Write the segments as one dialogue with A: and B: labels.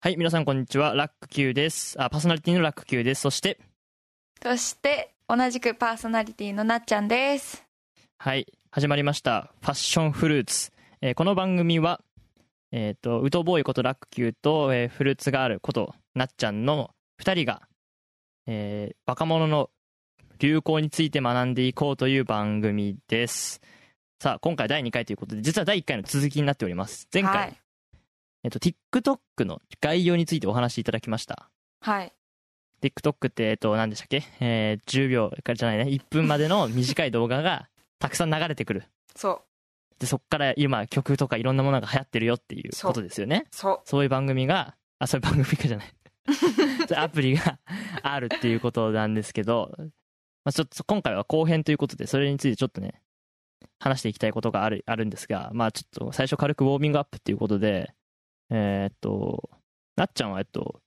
A: はい、皆さんこんにちは。ラック Q です。あ、パーソナリティのラック Q です。そして、
B: そして同じくパーソナリティのなっちゃんです
A: はい、始まりました。ファッションフルーツ。えーこの番組は、えっ、と、ウトボーイことラック Q と、えーフルーツガールことなっちゃんの2人が、えー若者の流行について学んでいこうという番組です。さあ、今回第2回ということで、実は第1回の続きになっております。前回、
B: はい、
A: えっ、と、TikTok の概要についてお話しいただきました。
B: はい、
A: TikTok って、えっと、何でしたっけえー10秒からじゃないね。1分までの短い動画 がたくさん流れてくる。
B: そう
A: で、そっから今曲とかいろんなものが流行ってるよっていう
B: そう
A: ことですよね。
B: そ
A: そういう番組が、あ、そういう番組かじゃ ない。そういうアプリが あるっていうことなんですけど、まあ、ちょっと今回は後編ということで、それについてちょっとね、話していきたいことがある、あるんですが、まあちょっと最初軽くウォーミングアップっていうことで、えーっと、なっちゃんはえっと、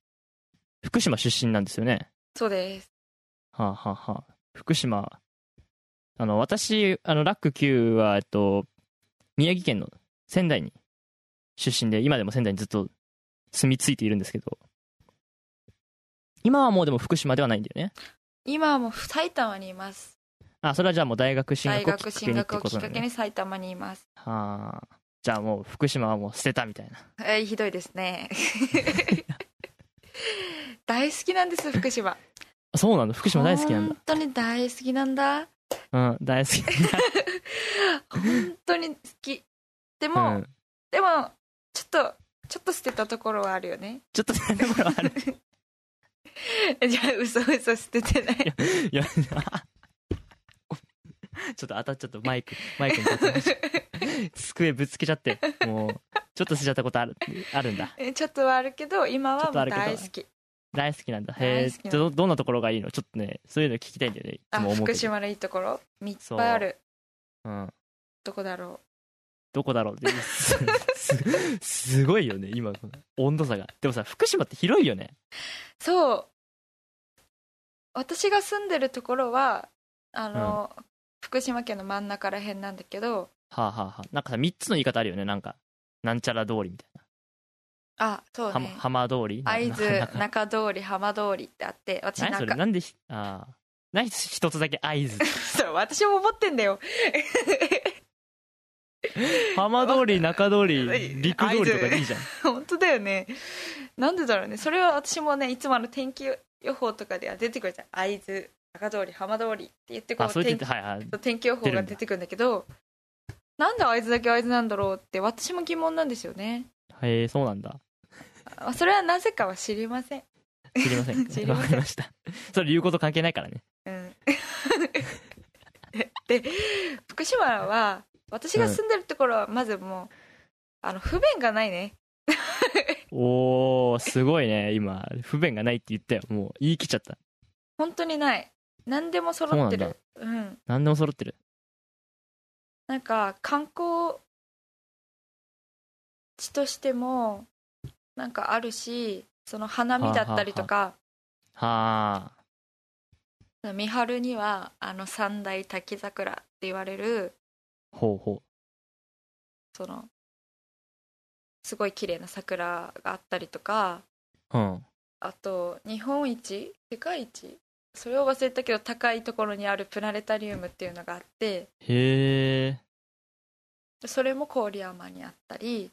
A: 福島出身なんですよね。
B: うそうです
A: はあ、はあはあ、福島あの私あのラック Q は、えっと、宮城県の仙台に出身で今でも仙台にずっと住み着いているんですけど今はもうでも福島ではないんだよね
B: 今はもう埼玉にいます
A: あそれはじゃあもう大学進
B: 大
A: 学をきっ
B: 学
A: か
B: 進
A: けにって
B: 学を
A: こ
B: き
A: とな
B: っか
A: んだ
B: け
A: ね
B: に埼玉にいます
A: はあじゃあもう福島はもう捨てたみたいな
B: えーひどいです ね大好きなんです福島
A: あそうなんだ福島大好きなんだ
B: 本当に大好きなんだ
A: うん大好き
B: 本当に好きで
A: う
B: も、
A: ん
B: でもちょっとちょっと捨てたところはあるよね
A: ちょっと そんなところはある
B: じゃあ嘘嘘捨ててない
A: いや、 あごめんちょっと当たっちゃった、マイク、マイクに当たっちゃった机ぶつけちゃって、もう、ちょっとしちゃったことある、あるんだ。
B: えちょっとはあるけど今は
A: ちょっと
B: も
A: あ
B: う
A: るけど
B: 大好き
A: 大好きなんだ。へ
B: 大好き
A: え、
B: な
A: ど、どんなところがいいのちょっとね、そういうの聞きたいんだよね。いつ
B: あ
A: も思うけ
B: 福
A: ど。
B: 島のいいところいっぱいある
A: うん。
B: どこだろ
A: どこだろうって、す、す すごいよね、今、この温度差が。でもさ、福島って広いよね。
B: うそう私が住んでるところはあの、福島県の真ん中らへんなんだけど
A: はあ、はあはあ、なんかさ、3つの言い方あるよね、なんか。なんちゃら通りみたい
B: あそ
A: な。
B: う
A: 浜
B: ね
A: 浜通り
B: 会
A: な
B: 津
A: なんか
B: 中通り浜通りってあって私
A: 何それ
B: 中
A: なんでひ、ああ。何一つだけ合図
B: そう私も思ってんだよ
A: 浜通り中通り陸通りとかでいいじゃん
B: 本当だよねなんでだろうねそれは私もねいつもあの天気予報とかでは出てくるじゃん会津中通り浜通りって言ってこ
A: あそうれって
B: 天
A: 言ってはいはい
B: 天気予報が出てくるんだけどなんで会津だけ会津なんだろうって私も疑問なんですよね
A: へえそうなんだ
B: あそれはなぜかは知りません
A: 知りませ
B: 知
A: ん
B: り
A: わ
B: ません
A: かりましたそれ流行と関係ないからね
B: うん で福島は私が住んでるところはまずもう、あの不便がないね
A: おーすごいね今不便がないって言ったよもう言い切っちゃった
B: 本当にない何でも揃ってるうん
A: 何でも揃ってる
B: なんか観光地としてもなんかあるしその花見だったりとか、
A: はあ
B: 三春にはあの三大滝桜って言われる
A: ほうほ
B: そのすごい綺麗な桜があったりとか
A: ううん
B: あと日本一世界一それを忘れたけど高いところにあるプラネタリウムっていうのがあって
A: へえ
B: それも郡山にあったり、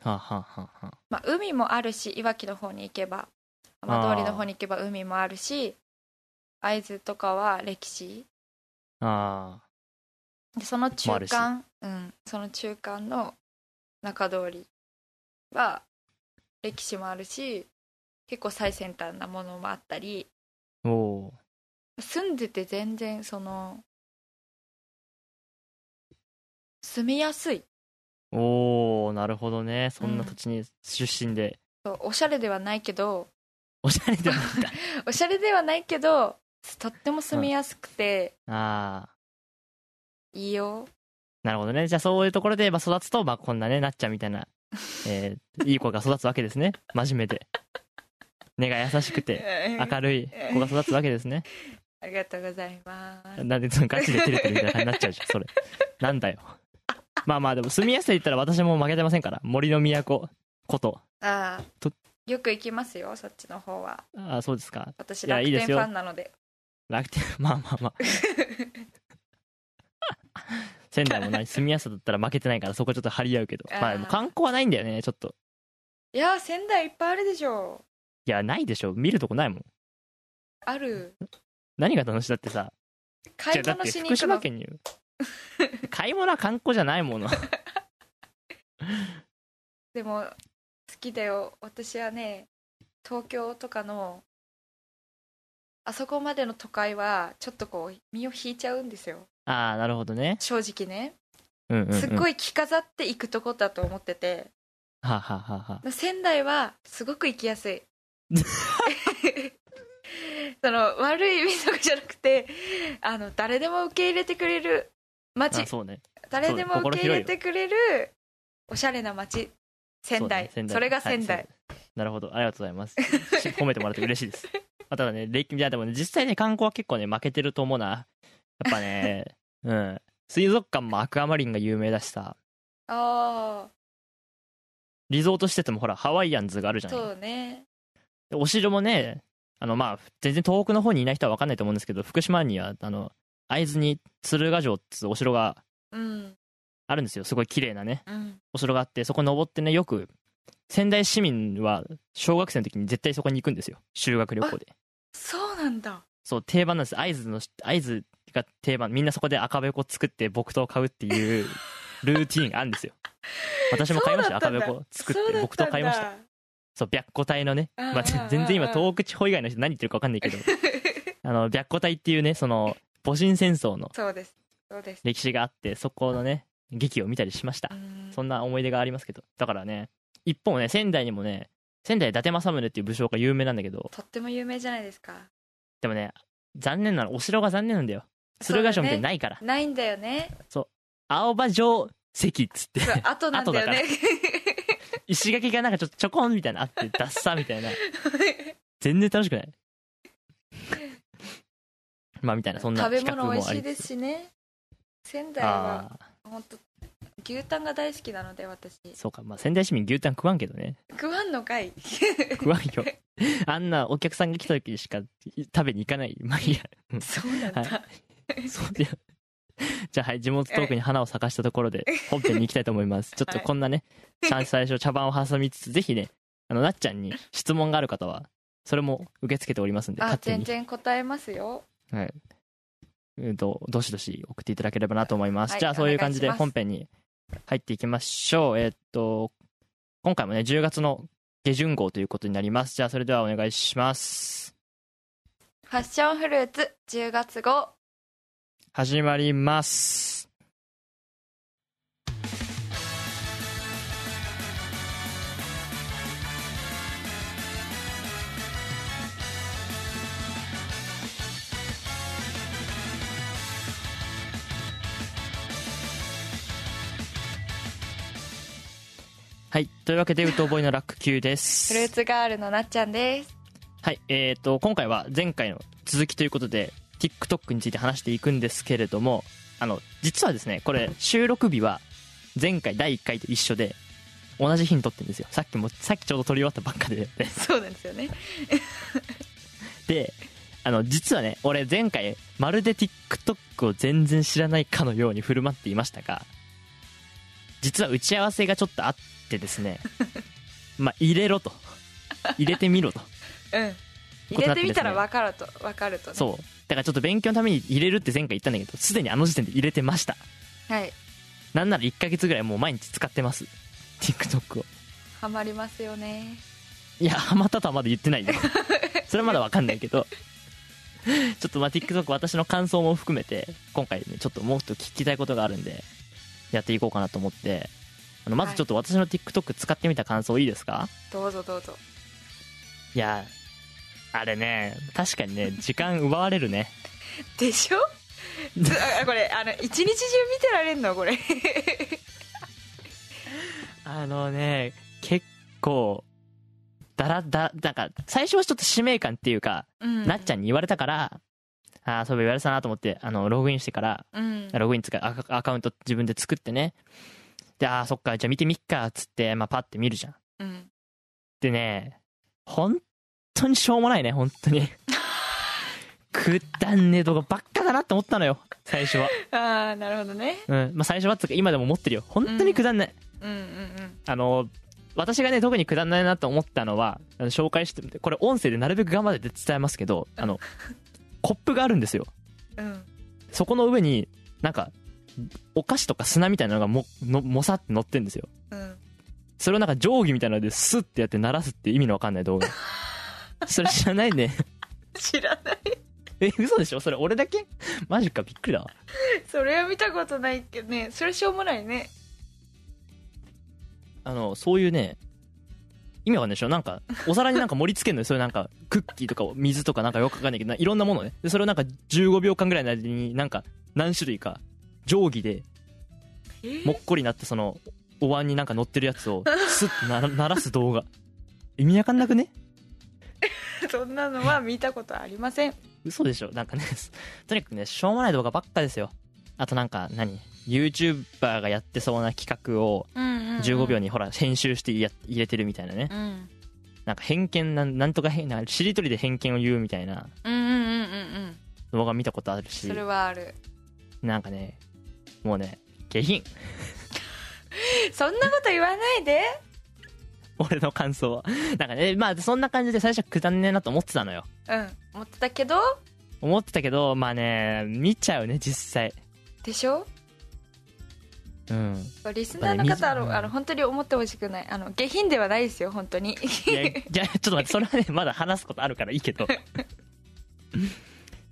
A: はあ、はあはあはあ、
B: まあ、海もあるしいわきの方に行けば浜通りの方に行けば海もあるし会津とかは歴史
A: あ
B: でその中
A: もあるし
B: 間うんその中間の中通りは歴史もあるし結構最先端なものもあったり
A: ーおー
B: 住んでて全然その住みやすい
A: おーなるほどねそんな土地に出身で、
B: そうおしゃれではないけど
A: おしゃれでは ないんだ
B: おしゃれではないけどとっても住みやすくて
A: ああ
B: いいよ、
A: なるほどね。じゃあそういうところで、まあ、育つと、まあ、こんなね、なっちゃんみたいな、えーいい子が育つわけですね。真面目で。根が優しくて、明るい子が育つわけですね。
B: ありがとうございます
A: なんで、そのガチで照れてるみたいな感じになっちゃうじゃん、それ。なんだよ。まあまあ、でも住みやすいって言ったら私も負けてませんから。森の都こと、
B: ああ
A: と
B: よく行きますよそっちの方は
A: あそうですか
B: 私
A: いや
B: 楽
A: いいで
B: 天
A: す
B: フ
A: よ
B: ァンなので
A: 楽天まあまあまあ仙台もな住みやすさだったら負けてないからそこちょっと張り合うけどまあでも
B: あー
A: 観光はないんだよねちょっと
B: いやー仙台いっぱいあるでしょ
A: いやないでしょ見るとこないもん
B: ある
A: 何が楽しいだってさ
B: 買い
A: じゃあだっ
B: 物
A: て
B: しに
A: 福
B: 行く
A: 島
B: の
A: 県 に買い物は観光じゃないもの
B: でも好きだよ私はね東京とかのあそこまでの都会はちょっとこう身を引いちゃうんですよ
A: ああなるほどね
B: 正直ね
A: うんうん、うん、
B: すっ
A: は
B: ごい着飾って行くとこだと思ってて、
A: ははは
B: 仙台はすごく行きや すいその悪い意味とかじゃなくてあの誰でも受け入れてくれる街
A: あそうね
B: 誰でも
A: そうだ
B: 受
A: 心広い
B: け入れ
A: よ
B: てくれるおしゃれな街仙台そ
A: そうだね
B: れが仙台、
A: はいそうなるほどありがとうございます褒めてもらって嬉しい ですあただね歴いやでもね実際ね観光は結構ね負けてると思うなやっぱね うん水族館もアクアマリンが有名だしさ
B: あ
A: リゾート施設もほらハワイアンズがあるじ
B: あ
A: ゃない
B: そうね
A: でお城もねあのまあ全然東北の方にいない人は分かんないと思うんですけど福島にはあの会津に鶴ヶ城っつうお城が
B: うん
A: あるんですよすごい綺麗なね
B: うん
A: お城があってそこ登ってねよく仙台市民は小学生の時に絶対そこに行くんですよ修学旅行で
B: そうなんだ
A: そう定番なんです会津の会津が定番みんなそこで赤べこ作って木刀買うって いうルーティーンがあるんですよ私も買いました
B: そ
A: 赤
B: うだ
A: べ
B: ったんだ
A: こ作っ
B: そ
A: て
B: うだったんだ
A: 木刀買いましたそう白虎隊のね、
B: うん
A: まあ、
B: うん
A: 全然今
B: うん
A: 東北地方以外の人何言ってるか分かんないけどあの白虎隊っていうねその戊辰戦争の
B: そうですそうです
A: 歴史があってそこのね劇を見たりしました
B: うん
A: そんな思い出がありますけどだからね一方ね仙台にもね仙台伊達政宗っていう武将が有名なんだけど
B: とっても有名じゃないですか
A: でもね残念なのお城が残念なんだよ鶴ヶ城みたいにないから、
B: ないんだよね
A: 青葉城跡っつって
B: そう後なんだよね
A: 石垣がなんかちょっとちょこんみたいなのあってダッサみたい な全然楽しくないまあみたいなそん な
B: 食べ
A: 企画も
B: 物
A: あ
B: 美
A: り
B: 味し
A: つつ
B: いですしね仙台は
A: ああ
B: 本当牛タンが大好きなので私
A: そうかまあ仙台市民牛タン食わんけどね
B: 食わんのかい
A: 食わん よあんなお客さんが来た時しか食べに行かないまあいいや
B: そうなんだ、
A: はそうだよ じゃあはい地元トークに花を咲かしたところで本編に行きたいと思い ますちょっとこんなね、さ最初茶番を挟みつつぜひねあのなっちゃんに質問がある方はそれも受け付けておりますんで
B: あ
A: 勝手
B: 全
A: に、
B: 然答えますよ
A: うん、とどしどし送っていただければなと思います、
B: はい
A: じゃあそういう
B: お願
A: 感
B: いし
A: じ
B: ます
A: で本編に入っていきましょうえーっと今回もね10月の下旬号ということになりますじゃあそれではお願いします
B: ファッションフルーツ10月号
A: 始まりますはい。というわけで、ウトボーイのラック Q です。
B: フルーツガールのなっちゃんです
A: はい、えー、と今回は前回の続きということで TikTok について話していくんですけれどもあの実はですねこれ収録日は前回第1回と一緒で同じ日に撮ってるんですよさっきもさっきちょうど撮り終わったばっかで
B: そうなんですよね
A: であの実はね俺前回まるで TikTok を全然知らないかのように振る舞っていましたが実は打ち合わせがちょっとあってですねまあ入れろと入れてみろと
B: うん入れてみたら分かると分かるとね
A: そうだからちょっと勉強のために入れるって前回言ったんだけどすでにあの時点で入れてました
B: はい
A: なんなら1ヶ月ぐらいもう毎日使ってます TikTok を
B: ハマりますよね
A: いやハマったとはまだ言ってないよそれはまだわかんないけどちょっとまあ TikTok 私の感想も含めて今回ねちょっともっと聞きたいことがあるんでやっていこうかなと思ってあのまずちょっと私の TikTok 使ってみた感想いいですか、
B: どうぞどうぞ
A: い、やあれね確かにね時間奪われるね
B: でしょずあこれあの一日中見てられんのこ れ
A: あのね、結構、だらだ、なんか、最初はちょっと使命感っていうか、
B: うん
A: なっちゃんに言われたから、ああ、そういえば言われたなと思って、あの、ログインしてから、
B: うん
A: ログインつか、アカアカウント自分で作ってね。で、ああ、そっか、じゃあ見てみっか、つって、まあ、パッて見るじゃん。
B: うん
A: でね、本当にしょうもないね、本当 に。くだんねえ動画ばっかだなって思ったのよ、最初は。
B: ああなるほどね
A: うん。まあ最初はっていうか今でも思ってるよ。本当にくだんない。
B: うんうんうん
A: あの、私がね、特にくだんないなと思ったのは、あの紹介して、これ音声でなるべく頑張って伝えますけど、あの、コップがあるんですよ。
B: うん
A: そこの上に、なんか、お菓子とか砂みたいなのがも、の、もさって乗ってんですよ。
B: うん
A: それをなんか定規みたいなのでスッてやって鳴らすって意味のわかんない動画。それ知らないね。
B: 知らない
A: え、嘘でしょそれ俺だけマジか、びっくりだわ。
B: それは見たことないけどねそれしょうもないね
A: あの、そういうね、意味わかんないでしょなんか、お皿になんか盛り付けるのよ。そういうなんか、クッキーとか水とかなんかよくわかんないけど、ないろんなものね。で、それをなんか15秒間ぐらいの間になんか、何種類か、定規で、
B: え
A: もっこりなったその、お椀になんか乗ってるやつを、スッてなら鳴らす動画。意味わかんなくね
B: そんなのは見たことありません
A: 嘘でしょなんかね とにかくねしょうもない動画ばっかですよあとなんか何 YouTuber がやってそうな企画を15
B: 15
A: 秒にほら編集してや入れてるみたいなね
B: うん
A: なんか偏見なんなんとか変なしりとりで偏見を言うみたいな
B: うんうんうんうんうん
A: 動画見たことあるし
B: それはある
A: なんかねもうね下品
B: そんなこと言わないで
A: 俺の感想はなんかねまあそんな感じで最初はくだんねえなと思ってたのよ
B: うん思ってたけど
A: 思ってたけどまあね見ちゃうね実際
B: でしょ
A: うん
B: リスナーの
A: やっぱ
B: 方あ
A: ねみ
B: のあの本当に思ってほしくないあの下品ではないですよ本当に
A: いや、じゃあちょっと待って、それはね、まだ話すことあるからいいけど。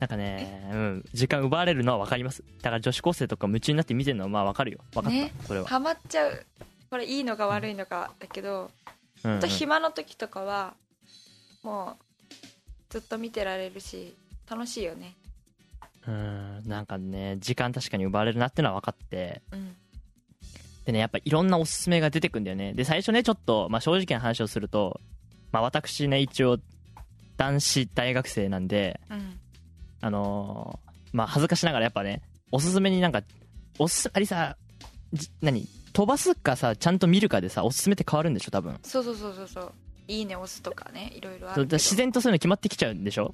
A: なんかね、うん、時間奪われるのは分かります。だから女子高生とか夢中になって見てるのはまあ分かるよ。分かった、
B: ね
A: それは。
B: ハマっちゃうこれいいのか悪いのかだけど
A: うんうん
B: 本当暇の時とかはもうずっと見てられるし楽しいよね
A: うん、なんかね、時間確かに奪われるなってのは分かって。
B: うん
A: でね、やっぱいろんなおすすめが出てくんだよね。で、最初ね、ちょっと、まあ正直な話をすると、まあ私ね、一応、男子大学生なんで、
B: うん
A: あのーまあ恥ずかしながらやっぱねおすすめになんかおすすあれさじ何飛ばすかさちゃんと見るかでさおすすめって変わるんでしょ多分
B: そうそうそうそうそういいね押すとかねいろいろあ
A: そう
B: る
A: だから
B: けど
A: 自然とそういうの決まってきちゃうんでしょ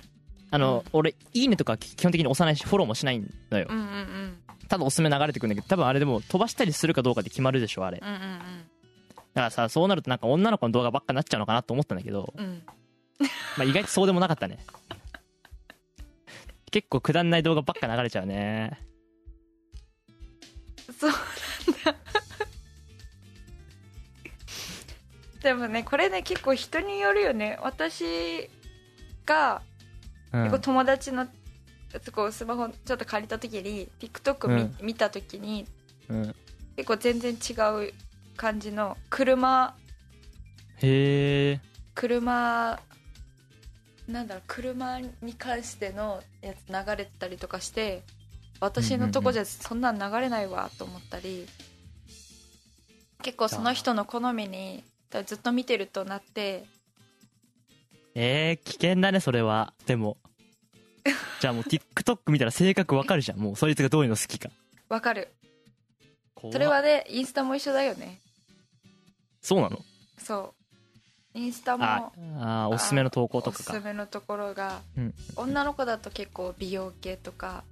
A: あの、俺いいねとか基本的に押さないしフォローもしないのよ
B: うんうんうん
A: ただおすすめ流れてくるんだけど多分あれでも飛ばしたりするかどうかで決まるでしょあれだ
B: うん
A: からさそうなるとなんか女の子の動画ばっかなっちゃうのかなと思ったんだけど、
B: うんうんうん
A: まあ、意外とそうでもなかったね結構くだんない動画ばっか流れちゃうね
B: そうなんだでもねこれね結構人によるよね私が、
A: うん
B: こう友達のこうスマホちょっと借りた時に TikTok 見,、見た時に
A: うん、
B: 結構全然違う感じの車
A: へえ
B: 車なんだろう車に関してのやつ流れてたりとかして私のとこじゃそんなん流れないわと思ったり、結構その人の好みにずっと見てるとなって
A: えー、危険だねそれはでもじゃあもう TikTok 見たら性格わかるじゃんもうそいつがどういうの好きか
B: わかる
A: 怖っ
B: それはねインスタも一緒だよね
A: そうなの
B: そうインスタ
A: あ
B: も
A: あーおすすめの投稿と
B: お
A: か
B: す
A: か
B: すめのところが、
A: うん
B: 女の子だと結構美容系とか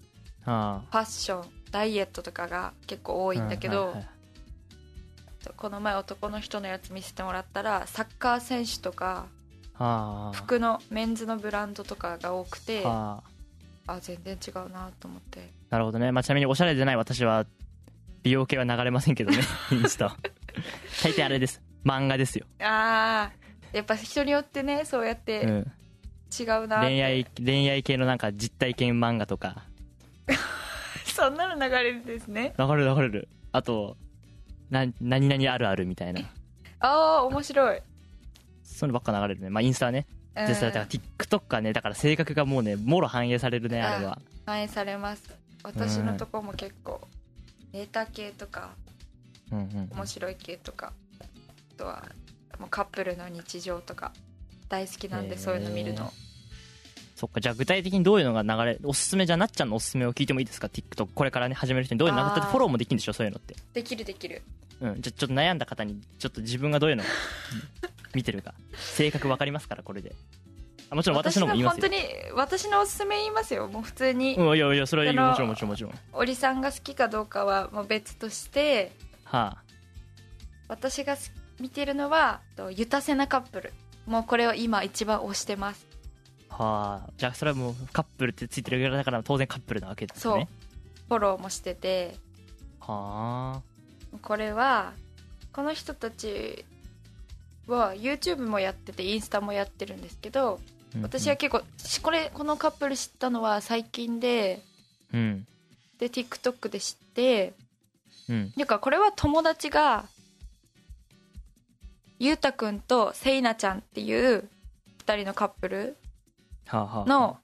A: あ
B: ファッションダイエットとかが結構多
A: ー
B: いんだけど、
A: はいはいはい
B: この前男の人のやつ見せてもらったらサッカー選手とか
A: あー
B: 服のメンズのブランドとかが多くてあ
A: あー
B: 全然違うなと思って
A: なるほどね、まあ、ちなみにおしゃれでない私は美容系は流れませんけど ねインスタは大抵あれです漫画ですよ、
B: あーやっぱ人によってねそうやっ
A: う
B: て
A: ん、
B: 違うなって、
A: 恋愛恋愛系のなんか実体験漫画とか
B: そんなの流れるんですね
A: 流れる流れるあとな何々あるあるみたいな
B: ああ面白い、
A: そういうのばっか流れるね、まあ、インスタはね
B: うん、
A: でさだから TikTok はねだから性格がもうねもろ反映されるねあれは
B: 反映されます私のとこも結構ネタ系とか
A: うんうん
B: 面白い系とかあとはもうカップルの日常とか大好きなんで、
A: へー
B: そういうの見るの
A: そっかじゃあ具体的にどういうのが流れおすすめじゃあなっちゃんのおすすめを聞いてもいいですか TikTok これからね始める人にどういうの
B: あー
A: だってフォローもできるんでしょそういうのって
B: できるできる
A: うんじゃあちょっと悩んだ方にちょっと自分がどういうの見てるか性格わかりますからこれであもちろん私のも言います
B: 私
A: よ
B: の本当に私のおすすめ言いますよもう普通に、
A: うんいやいやそれは
B: あの
A: もちろんもちろんもちろんは
B: おりさんが好きかどうかはもう別として
A: あ
B: 私がす見てるのはとユタセナカップルもうこれを今一番推してます
A: はあじゃあそれはもうカップルってついてるぐらいだから当然カップルなわけです
B: そう
A: ね
B: フォローもしてて
A: は
B: これはこの人たちは YouTube もやっててインスタもやってるんですけど
A: あ
B: 私は結構しこれこのカップル知ったのは最近で
A: うん
B: で TikTok で知って
A: うん
B: ていうかこれは友達がゆうたくんとせいなちゃんっていう2人のカップル
A: はあはあ
B: の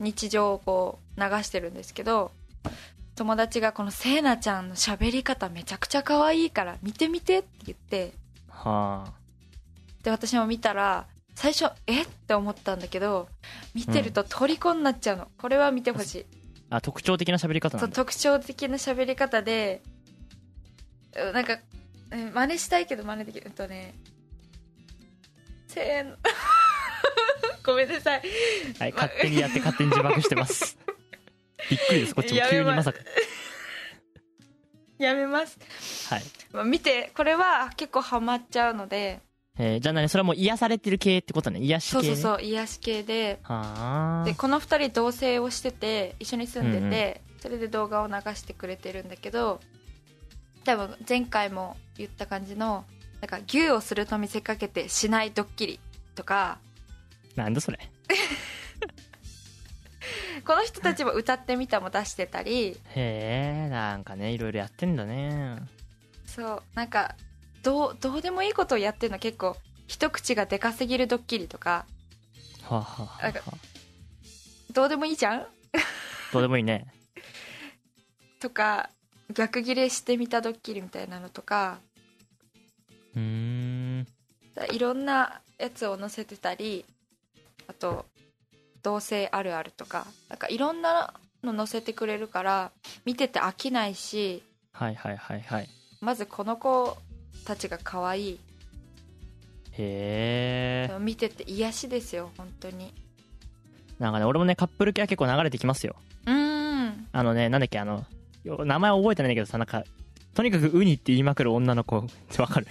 B: 日常をこう流してるんですけど友達がこのせいなちゃんの喋り方めちゃくちゃ可愛いから見て見てって言って
A: はあ
B: で私も見たら最初えって思ったんだけど見てると虜になっちゃうの、これは見てほしい
A: あ特徴的な喋り方な
B: そうん
A: だ
B: 特徴的な喋り方でうんなんかうん真似したいけど真似できるうんとねせーの ごめんなさい
A: はい勝手にやって勝手に自爆してます びっくりですこっちも急にまさか
B: やめます
A: はい
B: まあ見てこれは結構ハマっちゃうので
A: えーじゃあ何それはもう癒されてる系ってことね癒し
B: そ
A: 系
B: う
A: ね
B: そうそう癒し系で
A: はあ
B: でこの2人同棲をしてて一緒に住んでて、それで動画を流してくれてるんだけど多分前回も言った感じのなんか牛をすると見せかけてしないドッキリとか
A: なんだそれ
B: この人たちも歌ってみたも出してたり
A: へえなんかねいろいろやってんだね
B: そうなんかどうどうでもいいことをやってるの結構一口がでかすぎるドッキリとか
A: はあ、はあはあ
B: なんかどうでもいいじゃん
A: どうでもいいね
B: とか逆ギレしてみたドッキリみたいなのとか
A: うーん
B: いろんなやつを載せてたりあと同性あるあるとかなんかいろんなの載せてくれるから見てて飽きないし
A: はいはいはいはい
B: まずこの子たちが可愛い
A: へえ
B: 見てて癒しですよ本当に
A: なんかね俺もねカップル系は結構流れてきますよ
B: うーん
A: あのねなんだっけあのよ名前覚えてないんだけどさなんかとにかくウニって言いまくる女の子 ってわかる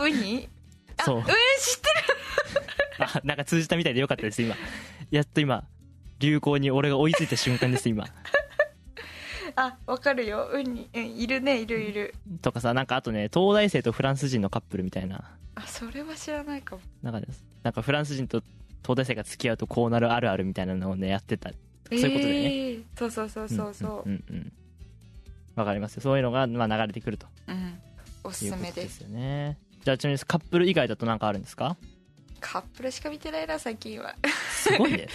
B: ウニあ
A: そう
B: ウニ知って
A: あなんか通じたみたいでよかったです今やっと今流行に俺が追いついた瞬間です今
B: るあわかるよウニ、うん、いるねいるいる
A: とかさなんかあとね東大生とフランス人のカップルみたいな
B: あそれは知らないかも
A: なんかですなんかフランス人と東大生が付き合うとこうなるあるあるみたいなのをねやってたそういうことだよね
B: えーそうそうそうそうそう、
A: んうんうんわかりますよそういうのが、まあ、流れてくると
B: うん、おす
A: いう
B: す
A: こと
B: め
A: で
B: です
A: すよねじゃあちなみにカップル以外だと何かあるんですか
B: カップルしか見てないな最近は
A: すごい ね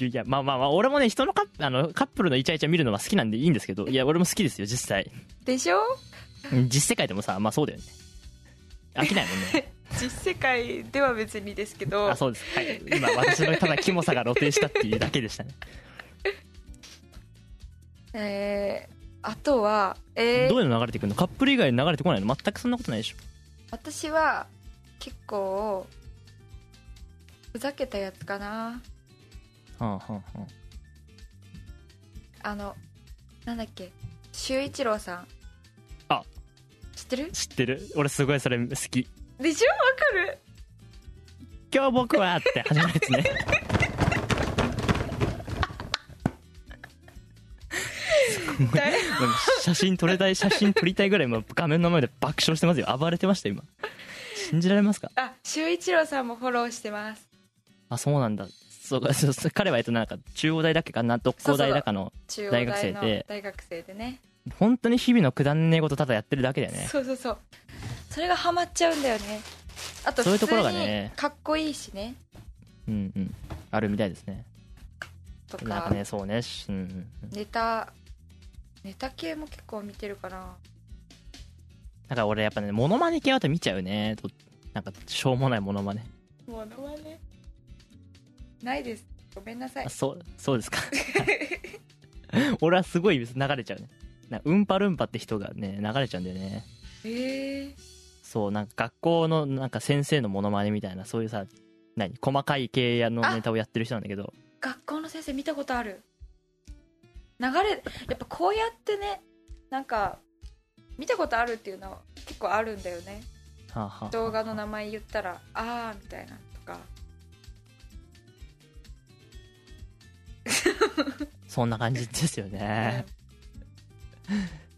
A: いやいやまあまあまあ俺もね人のカップあのカップルのイチャイチャ見るのは好きなんでいいんですけどいや俺も好きですよ実際
B: でしょ
A: うん実世界でもさまあそうだよね飽きないもんね
B: 実世界では別にですけど
A: あそうですはい今私のただキモさが露呈したっていうだけでしたね
B: えーあとは、えー
A: どういうの流れてくるのカップル以外流れてこないの全くそんなことないでしょ
B: 私は結構ふざけたやつかな
A: うんうんうん
B: あのなんだっけ修一郎さん
A: あ
B: 知ってる
A: 知ってる俺すごいそれ好き
B: でしょわかる
A: 今日僕はって始まるやつね
B: 誰
A: でも写真撮れたい写真撮りたいぐらいもう画面の前で爆笑してますよ暴れてました今信じられますか
B: あ修一郎さんもフォローしてます
A: あそうなんだそうかそうそう彼はえっとなんか中央大だっけかなどこ大だかの
B: 中央
A: 大
B: 大の
A: 学生で
B: 大学生でね
A: 本当に日々のくだんねえことただやってるだけだよね
B: そうそうそうそれがハマっちゃうんだよねあと
A: そうい
B: 普
A: うとこ
B: 通
A: ろが
B: に
A: ね
B: かっこいいしね
A: うんうんあるみたいですね
B: とか
A: なんかねそうねしうんうんうん
B: ネタネタ系も結構見てるかな
A: なんか俺やっぱねモノマネ系は見ちゃうねとなんかしょうもないモノマネ
B: ものまねないですごめんなさい
A: あそうそうですか 俺はすごい流れちゃうねなウンパルンパって人がね流れちゃうんだよね
B: えー、
A: そうなんか学校のなんか先生のモノマネみたいなそういうさ何細かい系のネタをやってる人なんだけど
B: 学校の先生見たことある流れやっぱこうやってねなんか見たことあるっていうのは結構あるんだよね
A: はあはあ
B: 動画の名前言ったらあーみたいなのとか
A: そんな感じですよね、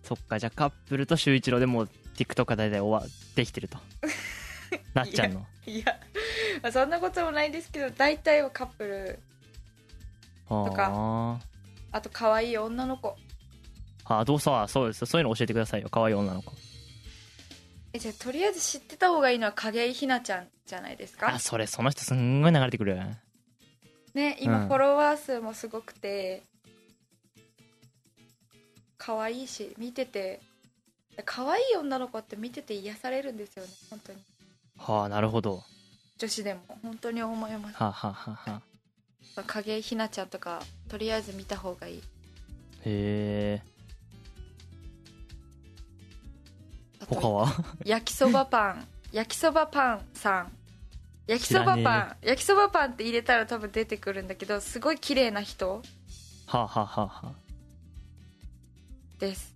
A: そっかじゃあカップルと秀一郎でもう TikTok は大体終わできてる となっちゃんの
B: うんいやまあそんなこともないんですけど大体はカップルとか
A: あ
B: あと可愛い女の子
A: ーあどうさそうですそういうの教えてくださいよ可愛い女の子
B: えじゃあとりあえず知ってた方がいいのは景井ひなちゃんじゃないですか
A: あそれその人すんごい流れてくる
B: ね今
A: うん
B: フォロワー数もすごくて、可愛いし見てて可愛い女の子って見てて癒されるんですよね本当に
A: はあなるほど
B: 女子でも本当に思います
A: はあ、はあはあはあ、
B: 影井ひなちゃんとかとりあえず見た方がいい
A: へえ
B: あと
A: 他は
B: 焼きそばパン焼きそばパンさん焼きそば
A: 知
B: パ
A: ら
B: ン焼きそばパンって入れたら多分出てくるんだけどすごい綺麗な人
A: はあはあはあは
B: です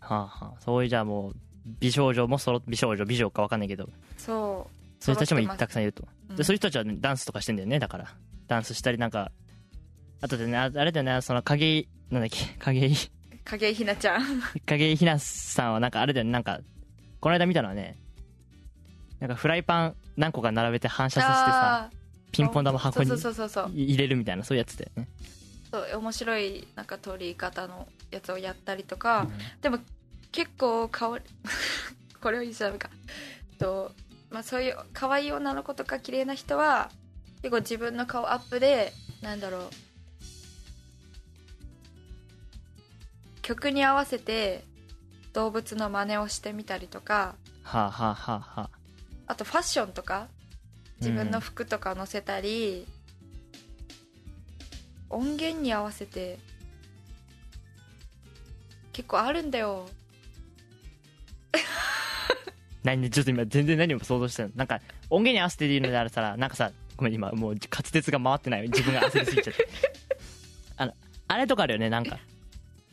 A: あはあはあそういうじゃあもう美少女もそろ美少女美女かわかんないけど
B: そ
A: そういう人たち
B: 揃ってま
A: も
B: す
A: たくさんいると、
B: う、うん
A: でそういう人たちはね、ダンスとかしてんだよねだからダンスしたりなんかあとでねああれだよねその影井なんだっけ 影井
B: 影井ひなちゃん
A: 影井ひなさんはなんかあれだよねなんかこの間見たのはねなんかフライパン何個か並べて反射させてさ
B: あー
A: ピンポン玉箱に
B: そうそうそうそうそう
A: い入れるみたいなそういうやつだよね、
B: そう面白いなんか取り方のやつをやったりとか、
A: うん
B: でも結構顔 これを言っちゃダメかと、まあ、そういう可愛い女の子とか綺麗な人は結構自分の顔アップでなんだろう曲に合わせて動物の真似をしてみたりとか
A: はあはあはあはあ
B: あとファッションとか自分の服とかを載せたり、音源に合わせて結構あるんだよ
A: 何ちょっと今全然何も想像してないなんか音源に合わせているのであれたらなんかさごめん今もう滑舌が回ってない自分が焦りすぎちゃってあのあれとかあるよねなんか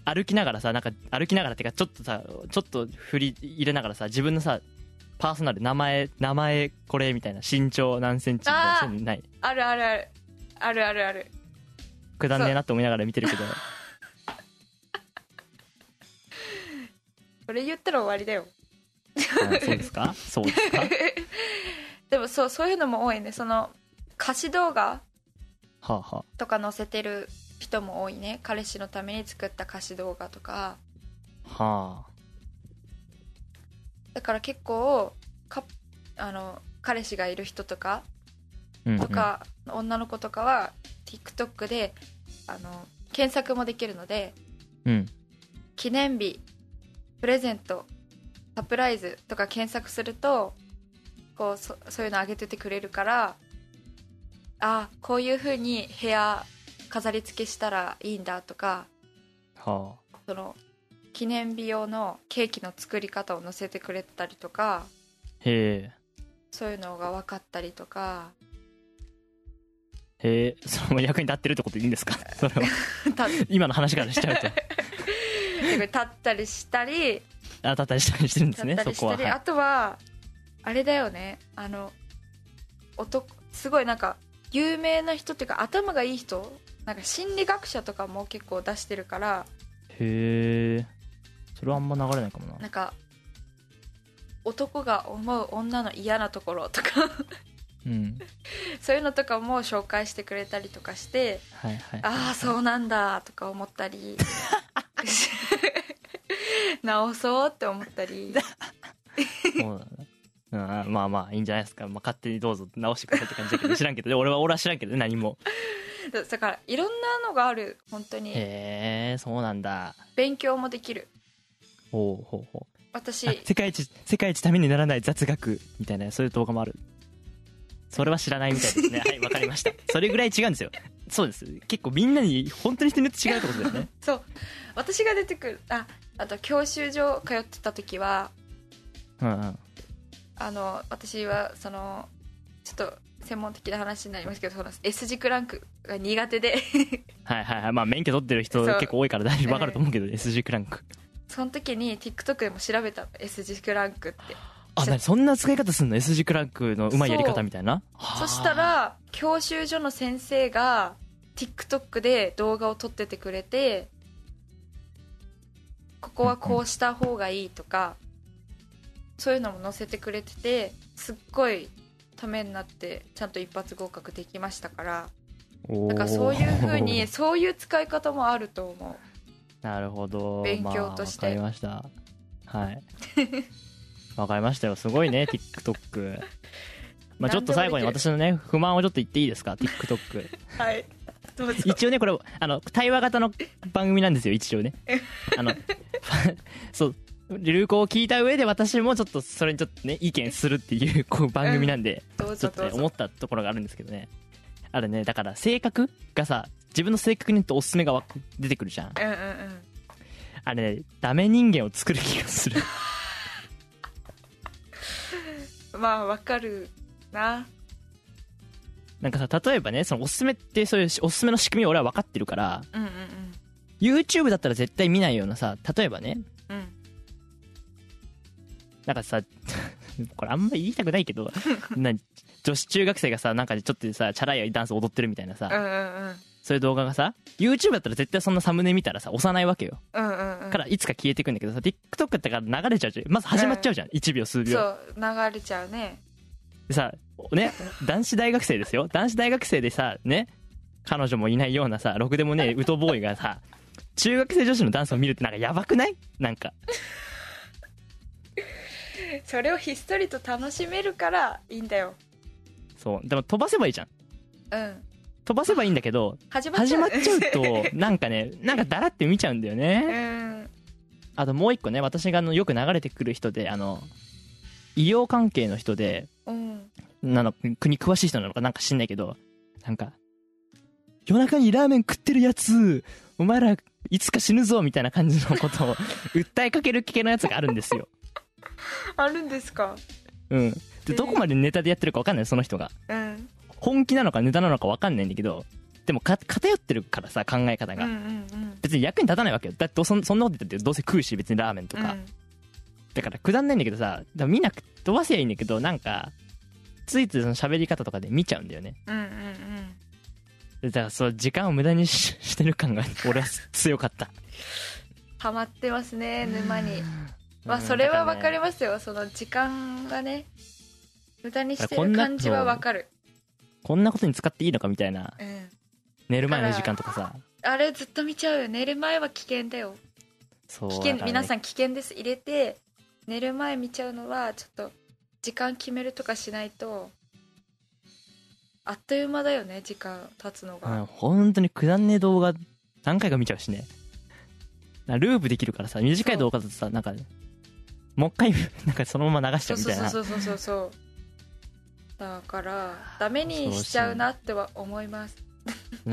A: 歩きながらさなんか歩きながらっていうかちょっとさちょっと振り入れながらさ自分のさパーソナル名前名前これみたいな身長何センチみたいな
B: あー
A: そういうのない
B: あるあるあるあるあるある
A: くだんねえなって思いながら見てるけど
B: これ言ったら終わりだよ
A: あそうですかそう ですか
B: でもそうそういうのも多いねその歌詞動
A: は
B: 画
A: あは
B: とか載せてる人も多いね彼氏のために作った歌詞動画とか
A: あは
B: だから結構かあの彼氏がいる人とか
A: あ
B: とか、女の子とかは TikTok であの検索もできるので
A: うんうん
B: 記念日プレゼントサプライズとか検索するとこうそそういうの上げててくれるからあこういう風に部屋飾り付けしたらいいんだとか
A: は
B: その記念日用のケーキの作り方を載せてくれたりとか
A: あへえ
B: そういうのが分かったりとか
A: へえその役に立ってるってことでいいんですか それは
B: た
A: 今の話からしち ゃうと
B: 立ったりしたり
A: あたったりしたりしてるんで
B: だ
A: す
B: っ
A: ね
B: た
A: そ
B: りし
A: こ
B: た
A: は、
B: り、
A: はい
B: あとはあれだよねあの男すごいなんか有名な人っていうか頭がいい人なんか心理学者とかも結構出してるから
A: へえそれはあんま流れないかもな
B: なんか男が思う女の嫌なところとか
A: うん
B: そういうのとかも紹介してくれたりとかして
A: はいはい
B: ああそうなんだとか思ったり 直そうって思ったり
A: そうなんだ、うん、まあまあいいんじゃないですか、まあ、勝手にどうぞ直してくださいって感じだけど知らんけどで俺は俺は知らんけどね何も
B: だだからいろんなのがある本当に
A: へえそうなんだ
B: 勉強もできる
A: ほうほうほ
B: 私
A: うあ世界一世界一ためにならない雑学みたいなそういう動画もあるそれは知らないみたい ですねはいわかりましたそれぐらい違うんですよそうです結構みんなに本当に人によって違うってことだよ ね
B: そう私が出てくるああと教習所通ってた時は
A: うんうん
B: あの私はそのちょっと専門的な話になりますけどその S 字クランクが苦手で
A: はいはいはいまあ免許取ってる人
B: そう
A: 結構多いから大丈夫わかると思うけど S 字クランク
B: その時に TikTok でも調べたの S 字クランクって
A: あ
B: そう
A: なにそんな使い方すんの S 字クランクのうまいやり方みたいな
B: そした
A: はあ
B: ら教習所の先生が TikTok で動画を撮っててくれてここはこうした方がいいとかそういうのも載せてくれててすっごいためになってちゃんと一発合格できましたからだからそういうふうに
A: おー
B: そういう使い方もあると思
A: なるほど
B: 勉強として
A: まあ、わかりましたはいわかりましたよすご いね TikTok まあちょっと最後に
B: 何でもでき
A: 私のね不満をちょっと言っていいですか TikTok
B: うはいどうぞ
A: 一応ねこれあの対話型の番組なんですよ一応 ねあのそう流行を聞いた上で私もちょっとそれにちょっとね意見するっていうこう番組なんで、
B: どう
A: ちょ
B: ぞ
A: っと
B: ど
A: ね
B: う
A: 思
B: ぞ
A: ったところがあるんですけどねあれねだから性格がさ自分の性格によっておすすめがわ出てくるじゃん
B: うんうんうん
A: あれねダメ人間を作る気がす る
B: まあわかるな
A: なんかさ例えばねそのおすすめってそういうしおすすめの仕組みを俺は分かってるから
B: うんうん
A: YouTube だったら絶対見ないようなさ例えばね
B: うんうん
A: なんかさ これあんまり言いたくないけ どな女子中学生がさなんかちょっとさチャラいダンス踊ってるみたいなさ、
B: うんうん
A: そういう動画がさ YouTube だったら絶対そんなサムネ見たらさ押さないわけよ、
B: うんうんうん
A: からいつか消えてくんだけどさ TikTok だから流れちゃうじゃんまず始まっちゃうじゃん、1秒数秒
B: そう流れちゃうね
A: でさね男子大学生ですよ男子大学生でさね彼女もいないようなさろくでも ねえウトボーイがさ中学生女子のダンスを見るってなんかやばくないなんか
B: それをひっそりと楽しめるからいいんだよ
A: そうでも飛ばせばいいじゃん
B: うん
A: 飛ばせばいいんだけど
B: 始まっ ち
A: 始
B: ゃう
A: まっちゃうとなんかねなんかだらって見ちゃうんだよ
B: う
A: ね
B: ん
A: あともう一個ね私があのよく流れてくる人であの医療関係の人で
B: うん
A: なの国詳しい人なのかなんか知んないけどなんか夜中にラーメン食ってるやつお前らいつか死ぬぞみたいな感じのことを訴えかける系のやつがあるんですよ
B: あるんですか
A: うんでどこまでネタでやってるか分かんないその人が
B: うん
A: 本気なのかネタなのか分かんないんだけどでもか偏ってるからさ考え方
B: うんう
A: が、
B: んうん
A: 別に役に立たないわけよだってそんそんなこと言ったってどうせ食うし別にラーメンとか、だからくだんないんだけどさだから見なく飛ばせばいいんだけどなんかついついその喋り方とかで見ちゃうんだよね
B: うんうんうん
A: だからそう時間を無駄にし してる感が俺は強かった
B: ハマってますね沼にまあそれはわかり
A: ま
B: ますよその時間がね無駄にして
A: こん
B: る
A: な
B: 感じはわかる
A: こんなことに使っていいのかみたいな
B: うん
A: 寝る前の時間とかさ
B: あれずっと見ちゃうよ寝る前は危険だよ
A: そう
B: 危険、
A: だからね
B: 皆さん危険です入れて寝る前見ちゃうのはちょっと時間決めるとかしないとあっという間だよね時間経つのが、
A: うん、本当にくだんねえ動画何回か見ちゃうしねなループできるからさ短い動画だとさなんかもう一回 なんかそのまま流しち
B: そ
A: ゃ
B: う
A: うみ
B: そう
A: たい
B: そう
A: な
B: そうそうそうそうだからダメにしちゃうなっては思い ます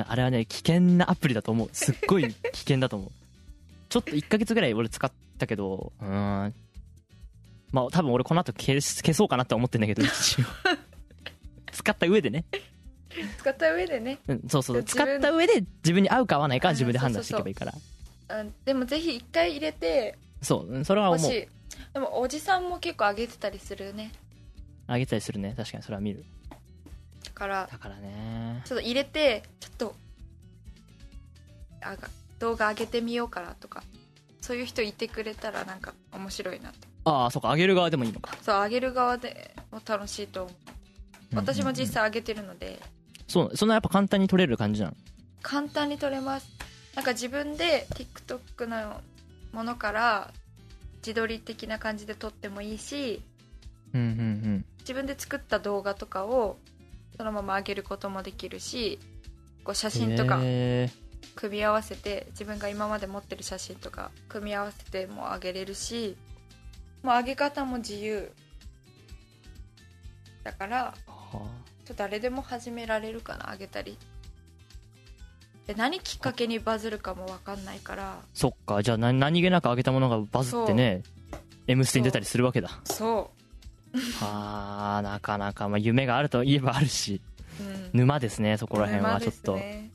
A: あれはね危険なアプリだと思うすっごい危険だと思う ちょっと1ヶ月ぐらい俺使ったけどうーんまあ多分俺この後消す消そうかなとは思ってんだけど 一応使った上でね、
B: 使った上でね、
A: うん、そうそう
B: 自
A: 使
B: 分
A: った上で自分に合うか合わないかは自分で判断していけばいいから
B: うん、でもぜひ一回入れて
A: そううんそれは
B: ほ
A: 思
B: し
A: う
B: いでもおじさんも結構上げてたりするね
A: あげたりするね確かにそれは見る
B: だから
A: だからね
B: ちょっと入れてちょっとあが動画上げてみようかなとかそういう人いてくれたらなんか面白いなと
A: ああそうかあげる側でもいいのか
B: そう上げる側でも楽しいと思う私も
A: 際
B: 実際上げてるので
A: そうそんなやっぱ簡単に撮れる感じなの
B: 簡単に撮れますなんか自分で TikTok のものから自撮り的な感じで撮ってもいいし
A: うんうんうん
B: 自分で作った動画とかをそのまま上げることもできるしこう写真とか
A: へー
B: 組み合わせて自分が今まで持ってる写真とか組み合わせても上げれるしもう上げ方も自由だか
A: は
B: らちょっと誰でも始められるかな上げたりで何きっかけにバズるかも分かんないから
A: そっかじゃあな何気なくあげたものがバズってね「M ステ」に出たりするわ けだ
B: そ
A: あーなかなか、まあ、夢があるといえばあるし
B: う、うん、
A: 沼ですねそこら辺はちょっと、
B: 沼ですね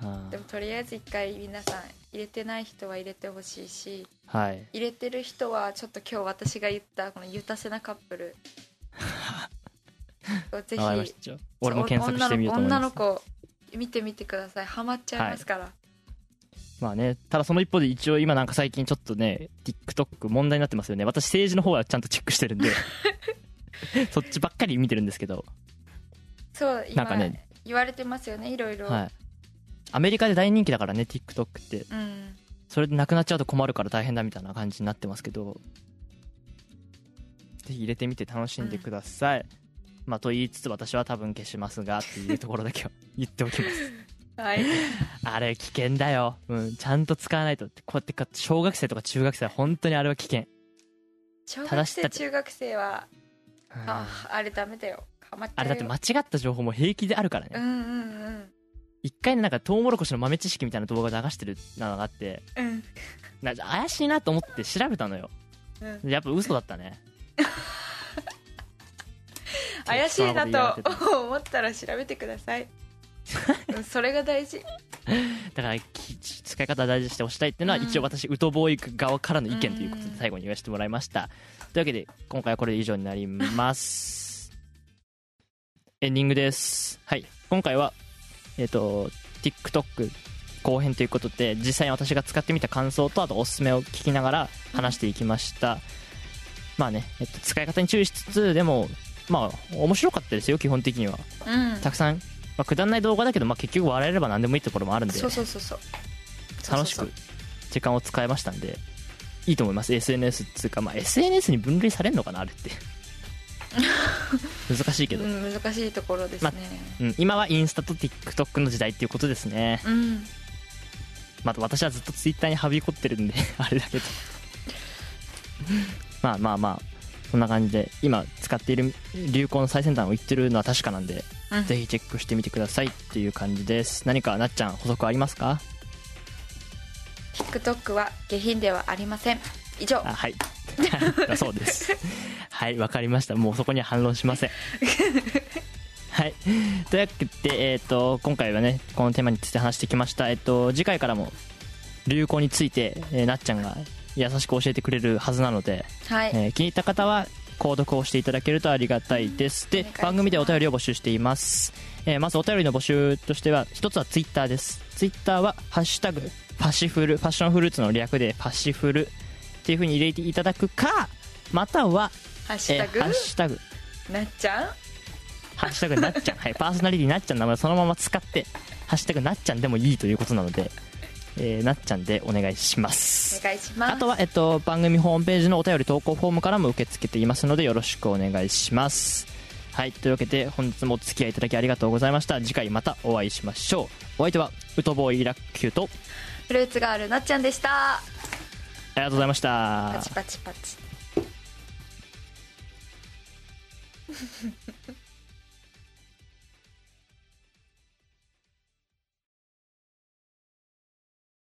A: あー
B: でもとりあえず一回皆さん入れてない人は入れてほしいし
A: はい
B: 入れてる人はちょっと今日私が言ったこのゆたせなカッ プルぜ
A: わかりまし
B: ひ
A: たじゃあ俺も検索してみようと思い
B: 女
A: ま
B: の
A: す
B: 子女の子見てみてくださいハマっちゃいますから、
A: まあねただその一方で一応今なんか最近ちょっとね TikTok 問題になってますよね私政治の方はちゃんとチェックしてる んでそっちばっかり見てるんですけど、
B: そう
A: な
B: 今
A: んかね
B: 言われてますよねいろいろ、
A: はい、アメリカで大人気だからね TikTok って
B: うん
A: それでなくなっちゃうと困るから大変だみたいな感じになってますけどぜひ入れてみて楽しんでください、まあと言いつつ私は多分消しますがっていうところだけは言っておきます
B: はい
A: あれ危険だよ、うん、ちゃんと使わないとこうやってか小学生とか中学生は本当にあれは危険、
B: 小
A: 正
B: 学
A: しさ
B: 生
A: で
B: 中学生は
A: うん
B: ああれダメだよハマっちゃ
A: あ
B: う
A: れ
B: よ
A: だって間違った情報も平気であるから
B: う
A: ね
B: んうんうん
A: 一回ねなんかトウモロコシの豆知識みたいな動画流してるのがあって
B: うん
A: な怪しいなと思って調べたのよ
B: うん
A: やっぱ嘘だったね
B: 怪しいな
A: 適当なこと言いやがって
B: と思ったら調べてくださいうんそれが大事
A: だからき使い方大事にしておしたいっていうのは、
B: うん
A: 一応私ウトボーイ側からの意見ということ
B: う
A: で
B: ん
A: 最後に言わせてもらいました、というわけで今回はこれで以上になりますエンディングですはい今回はえっ、と TikTok 後編ということで実際に私が使ってみた感想とあとおすすめを聞きながら話していきました、まあね、えっと、使い方に注意しつつでもまあ面白かったですよ基本的には
B: うん
A: たくさん、まあ、くだんない動画だけど、まあ、結局笑えれば何でもいいところもあるんで
B: そうそうそうそう
A: 楽し
B: そう
A: く
B: そう
A: 時間を使えましたんでいいと思います SNS っつうか、まあ、SNS に分類されるのかなあれって 難しいけ
B: そう
A: ど、
B: うん難しいところですね、
A: うん、今はインスタと TikTok の時代っていうことですね
B: うん
A: まあ私はずっと Twitter にはびこってるんで あれだ けどまあまあまあそんな感じで今使っている流行の最先端を言ってるのは確かなん で、
B: うん
A: ぜひチェックしてみてくださいっていう感じです何かなっちゃん補足ありますか
B: TikTok は下品ではありません以上
A: あはい だそうですはいわかりましたもうそこには反論しませんはいというわけで、えー、と今回はねこのテーマについて話してきました、えっと次回からも流行について、えーなっちゃんが優しく教えてくれるはずなので、
B: はい、
A: えー気に入った方は購読をしていただけるとありがたいですで
B: お願いします
A: 番組でお便りを募集しています、えーまずお便りの募集としては一つはツイッターですツイッターは「ハッシュタグファシフル」ファッションフルーツの略で「ファシフル」っていうふうに入れていただくかまたは、
B: ハッシュ
A: え
B: タ
A: ー
B: グ、
A: ハッシュタグ
B: なっちゃん
A: ハッシュタグなっ ちゃん、はい、パーソナリティなっちゃんの名前をそのまま使って「ハッシュタグなっちゃん」でもいいということなので、えーなっちゃんでお願いします
B: お願いします
A: あとは、えっと、番組ホームページのお便り投稿フォームからも受け付けていますのでよろしくお願いします。はい、というわけで本日もお付き合いいただきありがとうございました。次回またお会いしましょう。お相手は、ウトボーイラッキューと、
B: フルーツガールなっちゃんでした
A: ありがとうございました
B: パ。チパチパチ